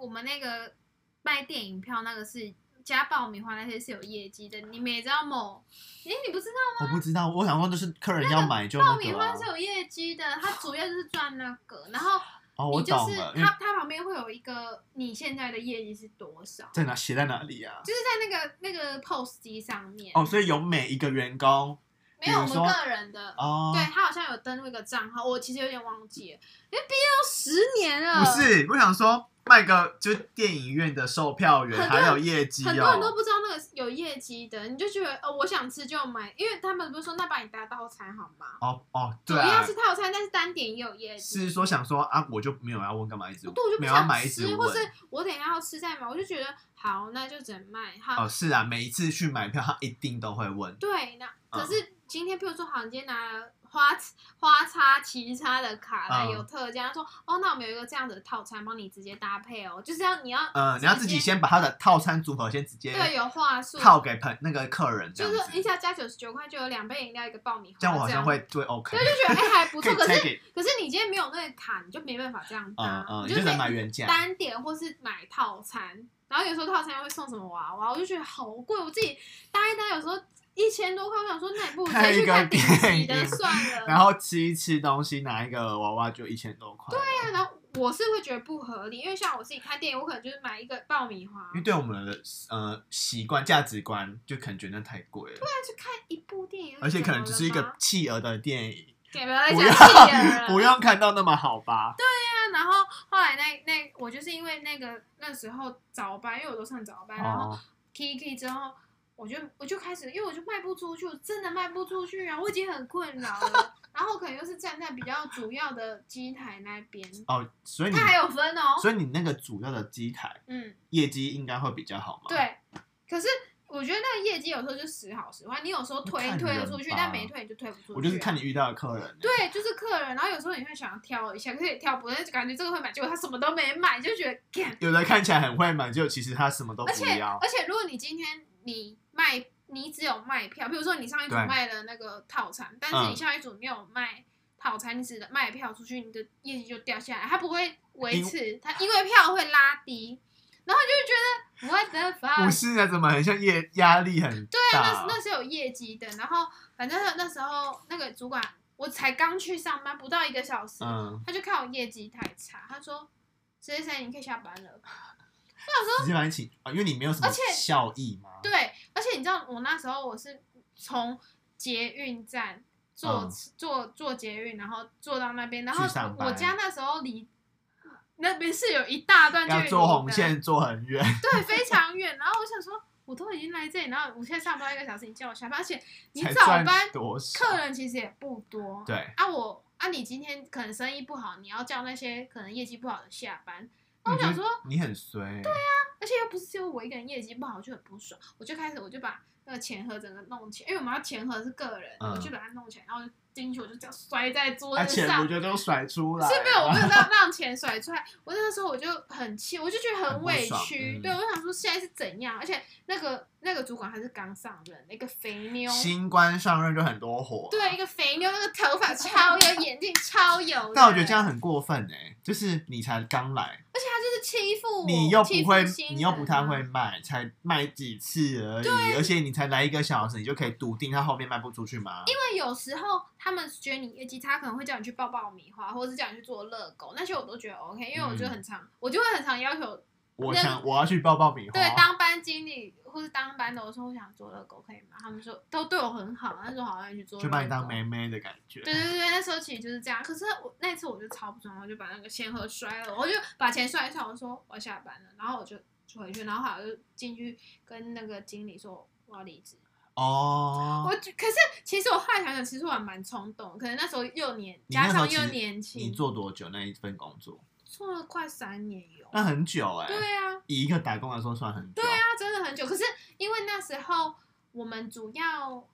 Speaker 1: 我们那个卖电影票那个是加爆米花那些是有业绩的，你们也知道某，哎、你不知道
Speaker 2: 我不知道，我想说就是客人要买就
Speaker 1: 爆
Speaker 2: 那
Speaker 1: 米
Speaker 2: 个啊、
Speaker 1: 花是有业绩的，它主要就是赚那个，然后
Speaker 2: 哦，我
Speaker 1: 你就
Speaker 2: 懂
Speaker 1: 是
Speaker 2: 了，因为
Speaker 1: 它它旁边会有一个你现在的业绩是多少，
Speaker 2: 在哪写在哪里啊？
Speaker 1: 就是在那个那个 POS 机上面，
Speaker 2: 哦，所以有每一个员工
Speaker 1: 没有我
Speaker 2: 比
Speaker 1: 们
Speaker 2: 如说
Speaker 1: 个人的。
Speaker 2: 哦，
Speaker 1: 对他好像有登录一个账号，我其实有点忘记了，因为毕业都十年了，
Speaker 2: 不是，我想说卖个就是电影院的售票
Speaker 1: 很
Speaker 2: 员
Speaker 1: 多人
Speaker 2: 还有业绩
Speaker 1: 很多人都
Speaker 2: 哦，
Speaker 1: 不知道那个有业绩的，你就觉得哦，我想吃就买，因为他们不是说那把你搭套餐好吗？
Speaker 2: 哦哦，
Speaker 1: 主
Speaker 2: 对啊
Speaker 1: 要，是套餐，但是单点也有业绩。
Speaker 2: 是说想说啊，我就没有要问干嘛一直
Speaker 1: 对，
Speaker 2: 问
Speaker 1: 我就不
Speaker 2: 没有要
Speaker 1: 想
Speaker 2: 买一直
Speaker 1: 吃，或是
Speaker 2: 问。
Speaker 1: 我等一下要吃再买，我就觉得好，那就只能卖哈。
Speaker 2: 哦，是啊，每一次去买票，他一定都会问。
Speaker 1: 对，那
Speaker 2: 嗯
Speaker 1: 可是今天，譬如说，好，你今天拿了花花叉、奇叉的卡来
Speaker 2: 嗯
Speaker 1: 有特价，他说哦，那我们有一个这样的套餐，帮你直接搭配哦，就是要你要
Speaker 2: 呃，你要自己先把它的套餐组合先直接
Speaker 1: 对有话术，
Speaker 2: 套给朋那个客人，这
Speaker 1: 就
Speaker 2: 样
Speaker 1: 是一
Speaker 2: 子，
Speaker 1: 下加九十九块就有两杯饮料一个爆米花，
Speaker 2: 这样我好像会对 OK，
Speaker 1: 对就觉得哎、还不
Speaker 2: 可
Speaker 1: 错，可
Speaker 2: 以 take
Speaker 1: 是
Speaker 2: it，
Speaker 1: 可是你今天没有那个卡，你就没办法这样搭，
Speaker 2: 嗯嗯，
Speaker 1: 你
Speaker 2: 你就
Speaker 1: 可以
Speaker 2: 能买原价，
Speaker 1: 单点或是买套餐，然后有时候套餐会送什么娃娃，我就觉得好贵，我自己搭一搭有时候一千多块，我想说那你不如直接去看顶级的算
Speaker 2: 然
Speaker 1: 了。
Speaker 2: 后吃一吃东西，拿一个娃娃就一千多块，对
Speaker 1: 对啊，然后我是会觉得不合理，因为像我自己看电影，我可能就是买一个爆米花，
Speaker 2: 因为对我们的呃习惯、价值观，就可能觉得那太贵了，
Speaker 1: 但去看一部电影，
Speaker 2: 而且可能只是一
Speaker 1: 啊怎么了
Speaker 2: 个
Speaker 1: 吗，啊
Speaker 2: 企鹅的电影，
Speaker 1: 对，不要再
Speaker 2: 不
Speaker 1: 讲
Speaker 2: 要
Speaker 1: 气人了，
Speaker 2: 不用看到那么好
Speaker 1: 啊，
Speaker 2: 吧？
Speaker 1: 然后后来那那我就是因为那个那时候早班，因为我都上早班，然后
Speaker 2: 哦，
Speaker 1: Kiki 之后，我就我就开始，因为我就卖不出去，我真的卖不出去啊，我已经很困扰了。然后可能又是站在比较主要的机台那边，
Speaker 2: 哦，所以你
Speaker 1: 它还有分哦。
Speaker 2: 所以你那个主要的机台
Speaker 1: 嗯，
Speaker 2: 业绩应该会比较好嘛？，
Speaker 1: 对。可是我觉得那个业绩有时候就时好时坏，你有时候推
Speaker 2: 看
Speaker 1: 推得
Speaker 2: 人
Speaker 1: 出去，
Speaker 2: 吧
Speaker 1: 但没推你就推不出去。啊
Speaker 2: 我就是看。你遇到的客人，，
Speaker 1: 对，就是客人，然后有时候你会想要挑一下，可是也挑不，但是感觉这个会买，结果他什么都没买，就觉得干。
Speaker 2: 有的看起来很会买，结果其实他什么都
Speaker 1: 而
Speaker 2: 不
Speaker 1: 且
Speaker 2: 要，
Speaker 1: 而且，如果你今天你卖，你只有卖票，比如说你上一组
Speaker 2: 对嗯
Speaker 1: 卖了那个套餐，但是你下一组没有卖套餐，你只卖票出去，你的业绩就掉下来，它不会维持，它因为票会拉低，然后你就会觉得 what the
Speaker 2: 不
Speaker 1: fuck。
Speaker 2: 是啊，怎么很像业压力很
Speaker 1: 对啊，
Speaker 2: 大？
Speaker 1: 那那是有业绩的。然后反正那时候那个主管，我才刚去上班不到一个小时，
Speaker 2: 嗯，
Speaker 1: 他就看我业绩太差，他说：“谁谁谁，你可以下班了。”
Speaker 2: 直接把你请啊，因为你没有什么
Speaker 1: 而且
Speaker 2: 效益嘛，
Speaker 1: 对，而且你知道我那时候我是从捷运站坐、
Speaker 2: 嗯
Speaker 1: 坐坐捷运，然后坐到那边，然后
Speaker 2: 去上班
Speaker 1: 我家那时候离那边是啊有一大段距离
Speaker 2: 要
Speaker 1: 的，
Speaker 2: 做红线做很远，
Speaker 1: 对，非常远。然后我想说，我都已经来这里，然后我现在上班一个小时，你叫我下班，而且你
Speaker 2: 才
Speaker 1: 早
Speaker 2: 赚
Speaker 1: 班
Speaker 2: 多少？
Speaker 1: 客人其实也不多，
Speaker 2: 对，
Speaker 1: 啊我啊你今天可能生意不好，你要叫那些可能业绩不好的下班。那
Speaker 2: 你
Speaker 1: 我
Speaker 2: 就
Speaker 1: 想说，
Speaker 2: 你很衰，对啊，
Speaker 1: 而且又不是只有我一个人业绩不好，我就很不爽。我就开始我就把那个钱盒整个弄起来，因为我们要钱盒是个人，
Speaker 2: 嗯啊
Speaker 1: 我就把它弄起来，然后就进去我就这样摔在桌
Speaker 2: 而
Speaker 1: 子
Speaker 2: 且我
Speaker 1: 上。
Speaker 2: 觉得都甩出来，
Speaker 1: 是没有，我没有 让让钱甩出来。我那时候我就很气，我就觉得
Speaker 2: 很不
Speaker 1: 委
Speaker 2: 爽
Speaker 1: 屈。
Speaker 2: 嗯
Speaker 1: 对，我就想说现在是怎样？而且那个那个主管还是刚上任，一个肥妞，
Speaker 2: 新官上任就很多火，
Speaker 1: 对，啊一个肥妞，那个头 发超油，眼镜超油的。
Speaker 2: 但我觉得这样很过分哎、就是你才刚来，
Speaker 1: 而且他就是欺负我，
Speaker 2: 你又
Speaker 1: 欺
Speaker 2: 不
Speaker 1: 负
Speaker 2: 会，
Speaker 1: 新
Speaker 2: 你又
Speaker 1: 人
Speaker 2: 不太
Speaker 1: 啊
Speaker 2: 会卖，才卖几次而已，而且你才来一个小时，你就可以笃定他后面卖不出去吗？因为
Speaker 1: 因为有时候他们觉得你业绩差，可能会叫你去爆爆米花，或者是叫你去做热狗，那些我都觉得 OK，因为
Speaker 2: 嗯
Speaker 1: 我就很常，我就会很常要求，
Speaker 2: 我
Speaker 1: 那
Speaker 2: 想我要去爆爆米花，
Speaker 1: 对，当班经理或是当班的，我说我想做热狗，可以吗？他们说都对我很好，啊哦那时候好像去做热
Speaker 2: 就
Speaker 1: 狗，
Speaker 2: 把你当妹妹的感觉。
Speaker 1: 对对对，那时候其实就是这样。可是我那次我就超不爽，我就把那个仙盒摔了，我就把钱摔一摔，我说我要下班了，然后我就回去，然后后来我就进去跟那个经理说我要离职。
Speaker 2: 哦，
Speaker 1: 我觉可是其实我后来想想，其实我还蛮冲动，可能那时候又年，
Speaker 2: 你那
Speaker 1: 加
Speaker 2: 时候
Speaker 1: 上
Speaker 2: 其实
Speaker 1: 又年
Speaker 2: 你
Speaker 1: 轻，
Speaker 2: 做多久那一份工作？
Speaker 1: 做了快三年有。
Speaker 2: 那很久哎、
Speaker 1: 对啊，
Speaker 2: 以一个打工来说算很久。对啊，
Speaker 1: 那真的很久。可是因为那时候我们主要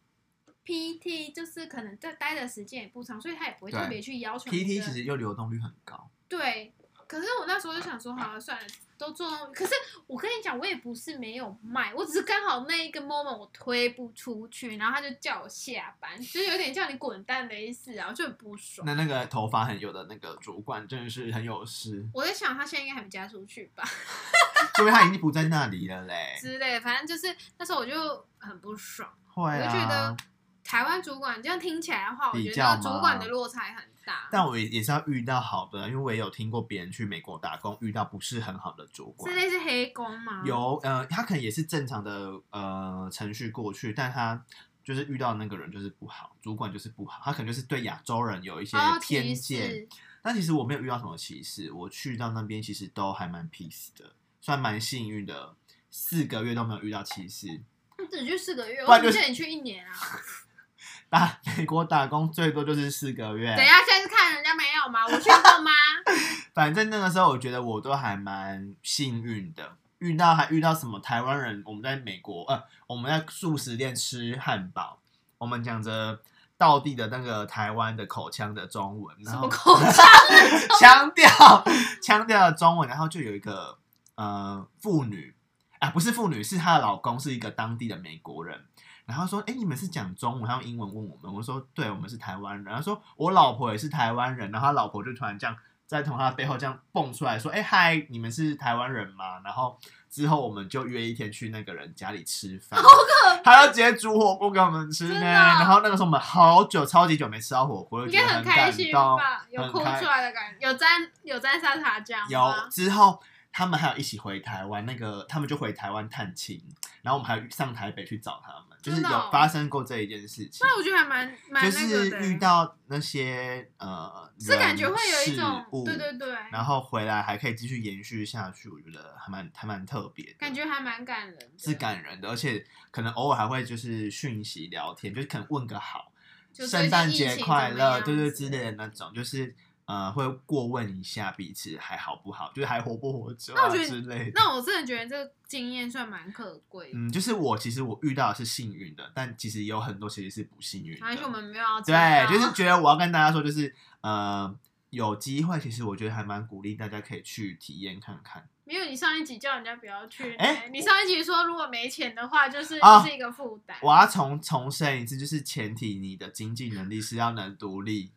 Speaker 1: PT 就是可能在待的时间也不长，所以他也不会
Speaker 2: 对
Speaker 1: 特别去要求你
Speaker 2: PT
Speaker 1: 的
Speaker 2: 其实又流动率很高，
Speaker 1: 对。可是我那时候就想说，好了，算了，都做到。可是我跟你讲，我也不是没有卖，我只是刚好那一个 moment 我推不出去，然后他就叫我下班，就是有点叫你滚蛋的意思啊，我就很不爽。
Speaker 2: 那那个头发很油的那个主管真的是很有事，
Speaker 1: 我在想他现在应该还没嫁出去吧
Speaker 2: 因为他已经不在那里了嘞。
Speaker 1: 之类的，反正就是那时候我就很不爽，
Speaker 2: 会
Speaker 1: 我就觉
Speaker 2: 啊
Speaker 1: 得，台湾主管这样听起来的话，我
Speaker 2: 比
Speaker 1: 觉得
Speaker 2: 较
Speaker 1: 主
Speaker 2: 嘛
Speaker 1: 管的落差也很大。
Speaker 2: 但我也也是要遇到好的，因为我也有听过别人去美国打工遇到不是很好的主管
Speaker 1: 是。类似黑工吗？，
Speaker 2: 有呃，他可能也是正常的呃程序过去，但他就是遇到那个人就是不好，主管就是不好，他可能就是对亚洲人有一些
Speaker 1: 哦，
Speaker 2: 偏
Speaker 1: 歧
Speaker 2: 见。
Speaker 1: 视，
Speaker 2: 但其实我没有遇到什么歧视，我去到那边其实都还蛮 peace 的，算蛮幸运的，四个月都没有遇到歧视。
Speaker 1: 那只去四个月，
Speaker 2: 不
Speaker 1: 我
Speaker 2: 然
Speaker 1: 怎
Speaker 2: 就
Speaker 1: 么
Speaker 2: 是
Speaker 1: 叫你去一年啊？
Speaker 2: 打美国打工最多就是四个月，
Speaker 1: 等一下，下次看人家没有吗？我去过吗？
Speaker 2: 反正那个时候我觉得我都还蛮幸运的，遇到还遇到什么台湾人，我们在美国呃我们在素食店吃汉堡，我们讲着。道地的那个台湾的口腔的中文， 然
Speaker 1: 什么
Speaker 2: 后
Speaker 1: 口罩？
Speaker 2: 腔调 腔调的中文，然后就有一个呃妇女啊，不是妇女，是她的老公是一个当地的美国人。然后说：“哎，你们是讲中文，还用英文问我们？”我说：“对，我们是台湾人。”然后说：“我老婆也是台湾人。”然后他老婆就突然这样在从他的背后这样蹦出来说：“哎，嗨，你们是台湾人吗？”然后之后我们就约一天去那个人家里吃饭，啊好可他要直接煮火锅给我们吃呢。
Speaker 1: 真的哦
Speaker 2: 然后那个时候我们好久，超级久没吃到火锅，就
Speaker 1: 应
Speaker 2: 觉
Speaker 1: 该
Speaker 2: 得
Speaker 1: 很
Speaker 2: 感
Speaker 1: 开心
Speaker 2: 动。
Speaker 1: 吧？有
Speaker 2: 很
Speaker 1: 哭
Speaker 2: 开
Speaker 1: 出来的感觉，有沾有沾沙茶酱
Speaker 2: 有
Speaker 1: 吗？
Speaker 2: 之后，他们还有一起回台湾，那个他们就回台湾探亲，然后我们还上台北去找他们，就是
Speaker 1: 真的哦
Speaker 2: 有发生过这一件事情，
Speaker 1: 那我觉得还蛮蛮
Speaker 2: 就
Speaker 1: 那个的
Speaker 2: 是遇
Speaker 1: 欸，
Speaker 2: 到那些呃，
Speaker 1: 是感觉
Speaker 2: 人
Speaker 1: 会有一种
Speaker 2: 事物
Speaker 1: 对对对，
Speaker 2: 然后回来还可以继续延续下去，我觉得还蛮还蛮特别的，
Speaker 1: 感觉还蛮感人的，
Speaker 2: 是感人的，而且可能偶尔还会就是讯息聊天，就是可能问个好，
Speaker 1: 就最
Speaker 2: 圣
Speaker 1: 近
Speaker 2: 诞
Speaker 1: 疫
Speaker 2: 节
Speaker 1: 情
Speaker 2: 快
Speaker 1: 怎么
Speaker 2: 乐，
Speaker 1: 样
Speaker 2: 对对
Speaker 1: 子
Speaker 2: 之类的那种，就是。呃，会过问一下彼此还好不好，就是还活不活着
Speaker 1: 那
Speaker 2: 啊
Speaker 1: 我觉得
Speaker 2: 之类的。
Speaker 1: 那我真的觉得这个经验算蛮可贵的，
Speaker 2: 嗯，就是我其实我遇到的是幸运的，但其实也有很多其实是不幸运的。
Speaker 1: 而且我们没有要知
Speaker 2: 对，
Speaker 1: 道
Speaker 2: 就是觉得我要跟大家说，就是呃，有机会，其实我觉得还蛮鼓励大家可以去体验看看。
Speaker 1: 没有，你上一集叫人家不要去。
Speaker 2: 哎
Speaker 1: 你上一集说如果没钱的话，就是、
Speaker 2: 啊
Speaker 1: 是一个负担。
Speaker 2: 我要重重申一次，就是前提你的经济能力是要能独立。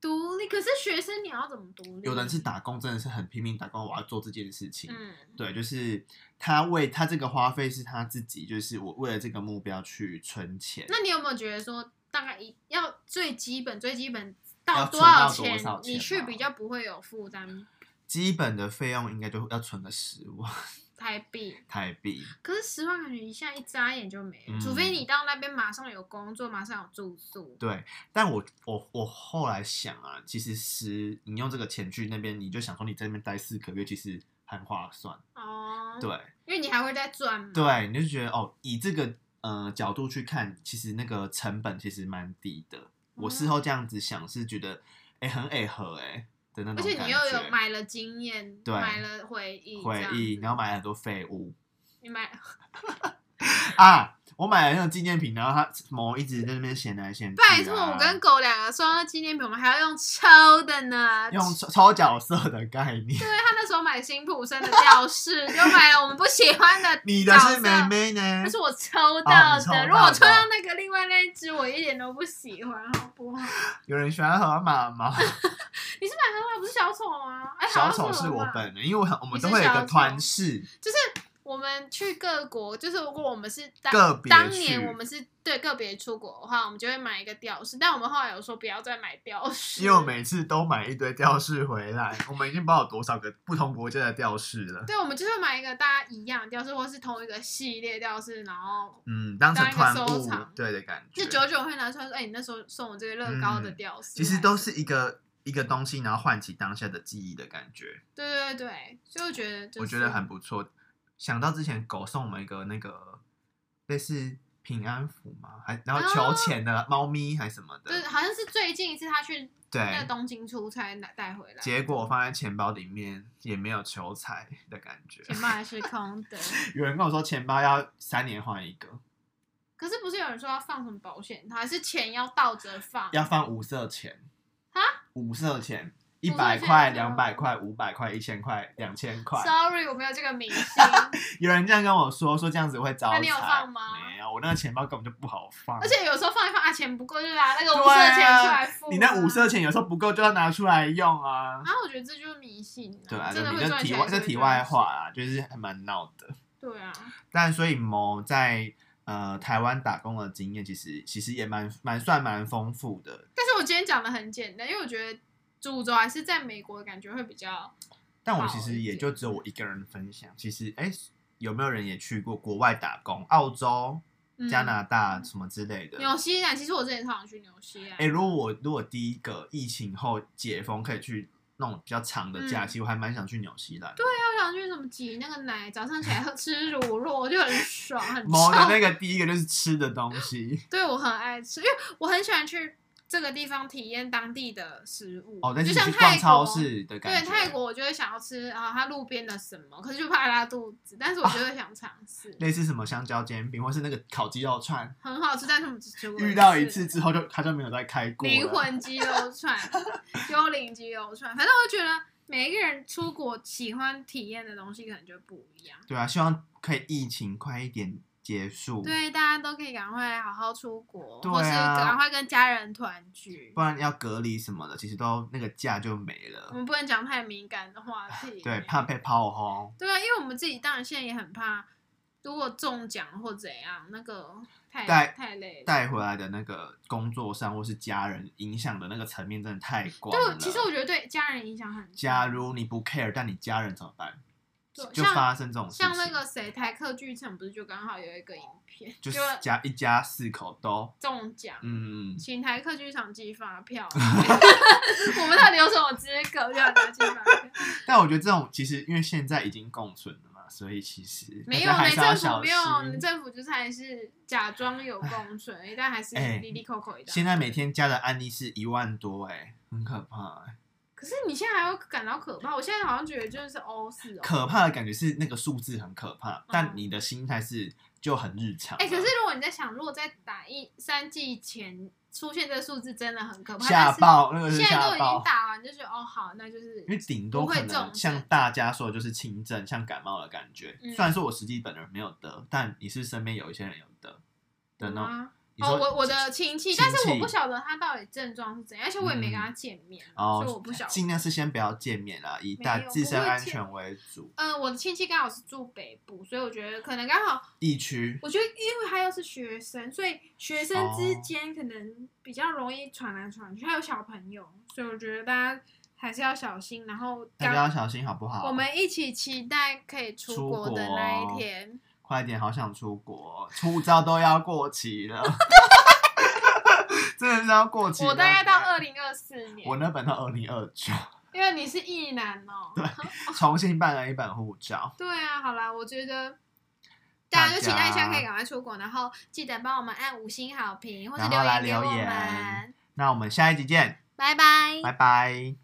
Speaker 1: 独立，可是学生你要怎么独立？
Speaker 2: 有的人是打工，真的是很拼命打工，我要做这件事情。
Speaker 1: 嗯，
Speaker 2: 对，就是他为他这个花费是他自己，就是我为了这个目标去存钱。
Speaker 1: 那你有没有觉得说，大概一要最基本最基本
Speaker 2: 要
Speaker 1: 到
Speaker 2: 存
Speaker 1: 少
Speaker 2: 到多少
Speaker 1: 你
Speaker 2: 钱啊
Speaker 1: 去
Speaker 2: 吗
Speaker 1: 比较不会有负担
Speaker 2: 基本的费用应该就要存个十万
Speaker 1: 台币？
Speaker 2: 台币。
Speaker 1: 可是十万感觉一下一眨眼就没了，
Speaker 2: 嗯
Speaker 1: 除非你到那边马上有工作，马上有住宿。
Speaker 2: 对，但我我我后来想啊，其实是你用这个钱去那边，你就想说你在那边待四个月，其实很划算。
Speaker 1: 哦，，
Speaker 2: 对
Speaker 1: 因为你还会再赚嘛。
Speaker 2: 对，你就觉得哦，以这个呃角度去看，其实那个成本其实蛮低的。我
Speaker 1: 嗯
Speaker 2: 事后这样子想，是觉得哎、诶很哎合哎的那
Speaker 1: 而
Speaker 2: 种感
Speaker 1: 且
Speaker 2: 觉。
Speaker 1: 你又有买了经验，
Speaker 2: 对
Speaker 1: 买了回忆，
Speaker 2: 回
Speaker 1: 这
Speaker 2: 忆，
Speaker 1: 样子
Speaker 2: 然后买了很多废物
Speaker 1: 你买
Speaker 2: 啊。我买了那个纪念品，然后他某一直在那边闲来闲去、啊。
Speaker 1: 拜托，我跟狗两个收到纪念品，我们还要用抽的呢。
Speaker 2: 用抽抽角色的概念。
Speaker 1: 对他那时候买辛普森的吊饰，就买了我们不喜欢的。
Speaker 2: 你的是妹，妹呢？
Speaker 1: 那是我抽到
Speaker 2: 哦你抽
Speaker 1: 的。
Speaker 2: 到的
Speaker 1: 如果我抽到那个另外那一只，我一点都不喜欢，好不好？
Speaker 2: 有人喜欢河马吗？
Speaker 1: 你是买河马不是小丑吗？哎，
Speaker 2: 小
Speaker 1: 好像
Speaker 2: 丑是
Speaker 1: 河马
Speaker 2: 我本人，因为我很我
Speaker 1: 你
Speaker 2: 们
Speaker 1: 是
Speaker 2: 都会有一
Speaker 1: 小
Speaker 2: 个
Speaker 1: 丑
Speaker 2: 团式，
Speaker 1: 就是我们去各国，就是如果我们是当
Speaker 2: 个别
Speaker 1: 当
Speaker 2: 去
Speaker 1: 年我们是对个别出国的话，我们就会买一个吊饰，但我们后来有说不要再买吊饰，
Speaker 2: 因为我每次都买一堆吊饰回来，我们已经不知道有多少个不同国家的吊饰了。
Speaker 1: 对，我们就是买一个大家一样的吊饰，或是同一个系列吊饰，然后
Speaker 2: 嗯，当成
Speaker 1: 当一个
Speaker 2: 团
Speaker 1: 收
Speaker 2: 物
Speaker 1: 藏
Speaker 2: 对的感觉
Speaker 1: 就，久久会拿出来说：“哎、你那时候送我这个乐高的吊饰。
Speaker 2: 其实都是一个一个东西，然后唤起当下的记忆的感觉，
Speaker 1: 对对对，所以我觉得、就是，
Speaker 2: 我觉得很不错。想到之前狗送我们一个那个类似平安符嘛，还然后
Speaker 1: 啊
Speaker 2: 求钱的猫咪还什么的，
Speaker 1: 对，好像是最近一次他去那
Speaker 2: 对
Speaker 1: 个，东京出差拿带回来，
Speaker 2: 结果放在钱包里面也没有求财的感觉。
Speaker 1: 钱包还是空的。
Speaker 2: 有人跟我说钱包要三年换一个，
Speaker 1: 可是不是有人说要放什么保险套，还是钱要倒着放？
Speaker 2: 要放五色钱
Speaker 1: 啊？
Speaker 2: 五色钱，一
Speaker 1: 五色
Speaker 2: 百
Speaker 1: 钱
Speaker 2: 块、
Speaker 1: 是什
Speaker 2: 两
Speaker 1: 么
Speaker 2: 百块、五百块、一千块、两千块。
Speaker 1: Sorry，我没有这个明 星，
Speaker 2: 有人这样跟我说，说这样子会招财。
Speaker 1: 那你有放吗
Speaker 2: 没有，我那个钱包根本就不好放。
Speaker 1: 而且有时候放一放啊，钱不够就拿那个五
Speaker 2: 对
Speaker 1: 色
Speaker 2: 啊
Speaker 1: 钱出来付、
Speaker 2: 你那五。色钱有时候不够，就要拿出来用啊。
Speaker 1: 然后我觉得这就是迷信、啊，
Speaker 2: 对啊，
Speaker 1: 真的
Speaker 2: 你
Speaker 1: 会
Speaker 2: 这
Speaker 1: 赚
Speaker 2: 题
Speaker 1: 钱
Speaker 2: 外
Speaker 1: 还是
Speaker 2: 这
Speaker 1: 会
Speaker 2: 题
Speaker 1: 赚
Speaker 2: 外
Speaker 1: 钱，
Speaker 2: 话啊，就是还蛮闹的。
Speaker 1: 对啊，
Speaker 2: 但所以某在呃台湾打工的经验，其实其实也蛮蛮算蛮丰富的。
Speaker 1: 但是我今天讲的很简单，因为我觉得主轴还是在美国，感觉会比较
Speaker 2: 但我
Speaker 1: 好
Speaker 2: 其实
Speaker 1: 一
Speaker 2: 也
Speaker 1: 点
Speaker 2: 就只有我一个人分享。其实，哎、有没有人也去过国外打工？澳洲、加、拿大什么之类的
Speaker 1: 嗯、？纽西兰。其实我之前超想去纽西兰，
Speaker 2: 哎、如果我如果第一个疫情后解封可以去那种比较长的
Speaker 1: 嗯
Speaker 2: 假期，我还蛮想去纽西兰。对、
Speaker 1: 我想去什么挤那个奶，早上起来喝吃乳酪，我就很爽，很
Speaker 2: 某的
Speaker 1: 臭。
Speaker 2: 那个第一个就是吃的东西，
Speaker 1: 对我很爱吃，因为我很喜欢去这个地方体验当地的食物。
Speaker 2: 哦，但是
Speaker 1: 就
Speaker 2: 你
Speaker 1: 像
Speaker 2: 去
Speaker 1: 泰
Speaker 2: 逛
Speaker 1: 国，
Speaker 2: 超市的感
Speaker 1: 对
Speaker 2: 觉，啊
Speaker 1: 泰国，我就会想要吃啊，它路边的什么，可是就怕拉肚子，但是我就会想尝 试，
Speaker 2: 类似什么香蕉煎饼，或是那个烤鸡肉串，
Speaker 1: 很好吃，但是我们只吃过
Speaker 2: 遇到一次之后就他就没有再开过了
Speaker 1: 灵魂鸡肉串、 幽灵鸡肉串，反正我觉得每一个人出国喜欢体验的东西可能就不一样。
Speaker 2: 对啊，希望可以疫情快一点结束，
Speaker 1: 对，大家都可以赶快好好出国，
Speaker 2: 对啊
Speaker 1: 或是赶快跟家人团聚
Speaker 2: 不。然要隔离什么的，其实都那个假就没了。
Speaker 1: 我们不能讲太敏感的话题。
Speaker 2: 对，怕被哦炮轰。
Speaker 1: 对啊，因为我们自己当然现在也很怕，如果中奖或怎样，那个太
Speaker 2: 带
Speaker 1: 太累了。
Speaker 2: 带回来的那个工作上或是家人影响的那个层面真的太广了。
Speaker 1: 对，其实我觉得对家人影响很大。
Speaker 2: 假如你不 care，但你家人怎么办？
Speaker 1: 对
Speaker 2: 就
Speaker 1: 像
Speaker 2: 发生这种事情，
Speaker 1: 像那个谁台客剧场不是就刚好有一个影片，
Speaker 2: 就
Speaker 1: 就是
Speaker 2: 家一家四口都，
Speaker 1: 中奖，
Speaker 2: 嗯，
Speaker 1: 请台客剧场寄发 票。我们到底有什么资格要拿寄发票？
Speaker 2: 但我觉得这种其实因为现在已经共存了嘛，所以其实
Speaker 1: 没有，
Speaker 2: 大家还
Speaker 1: 没
Speaker 2: 是要
Speaker 1: 政府
Speaker 2: 小
Speaker 1: 没有，你
Speaker 2: 心。
Speaker 1: 政府就是还是假装有共存，但还是
Speaker 2: 哎
Speaker 1: 滴滴扣扣一张。
Speaker 2: 现在每天加的案例是一万多、哎，很可怕、哎
Speaker 1: 可是你现在还会感到可怕，我现在好像觉得就是哦是哦。
Speaker 2: 可怕的感觉是那个数字很可怕，但你的心态是就很日常
Speaker 1: 嗯
Speaker 2: 啊。
Speaker 1: 哎、可是如果你在想，如果在打一三季前出现这个数字，真的很可怕。
Speaker 2: 吓爆那
Speaker 1: 但
Speaker 2: 个
Speaker 1: 是
Speaker 2: 是
Speaker 1: 现在都
Speaker 2: 吓
Speaker 1: 已经
Speaker 2: 爆，
Speaker 1: 打完，就觉得哦好，那就是
Speaker 2: 因为顶多
Speaker 1: 不
Speaker 2: 可
Speaker 1: 会重
Speaker 2: 能
Speaker 1: 症
Speaker 2: 像大家说的就是轻症，像感冒的感觉。
Speaker 1: 嗯
Speaker 2: 虽然说我实际本人没有得，但你是身边有一些人有得的那种。
Speaker 1: 啊
Speaker 2: 你
Speaker 1: 哦，
Speaker 2: 说
Speaker 1: 我我的亲戚，
Speaker 2: 亲
Speaker 1: 但是我
Speaker 2: 戚
Speaker 1: 不晓得他到底症状是怎样，而且我也没跟他见面，
Speaker 2: 哦
Speaker 1: 所以我不晓得。
Speaker 2: 尽量是先不要见面啦，以大
Speaker 1: 没有
Speaker 2: 自身
Speaker 1: 不会
Speaker 2: 安
Speaker 1: 见
Speaker 2: 全为主。
Speaker 1: 嗯、我的亲戚刚好是住北部，所以我觉得可能刚好，
Speaker 2: 疫区
Speaker 1: 我觉得因为他又是学生，所以学生之
Speaker 2: 哦
Speaker 1: 间可能比较容易传来传去，还有小朋友，所以我觉得大家还是要小心。然后
Speaker 2: 大
Speaker 1: 刚
Speaker 2: 家要小心好不好？
Speaker 1: 我们一起期待可以出
Speaker 2: 出
Speaker 1: 国的
Speaker 2: 国
Speaker 1: 那一天。
Speaker 2: 快点，好想出国，护照都要过期了， 真的是要过期了。
Speaker 1: 我大概到二零二四年
Speaker 2: 我，那本到二零二九，
Speaker 1: 因为你是异男哦。对
Speaker 2: 重新办了一本护照。
Speaker 1: 啊，好啦，我觉得。
Speaker 2: 大
Speaker 1: 大家就期待一下，
Speaker 2: 家
Speaker 1: 可以赶快出国，然后记得帮我们按五星好评或者
Speaker 2: 然后
Speaker 1: 留
Speaker 2: 来
Speaker 1: 言给我
Speaker 2: 留言
Speaker 1: 们，
Speaker 2: 那我们下一集见，
Speaker 1: 拜拜
Speaker 2: 拜拜。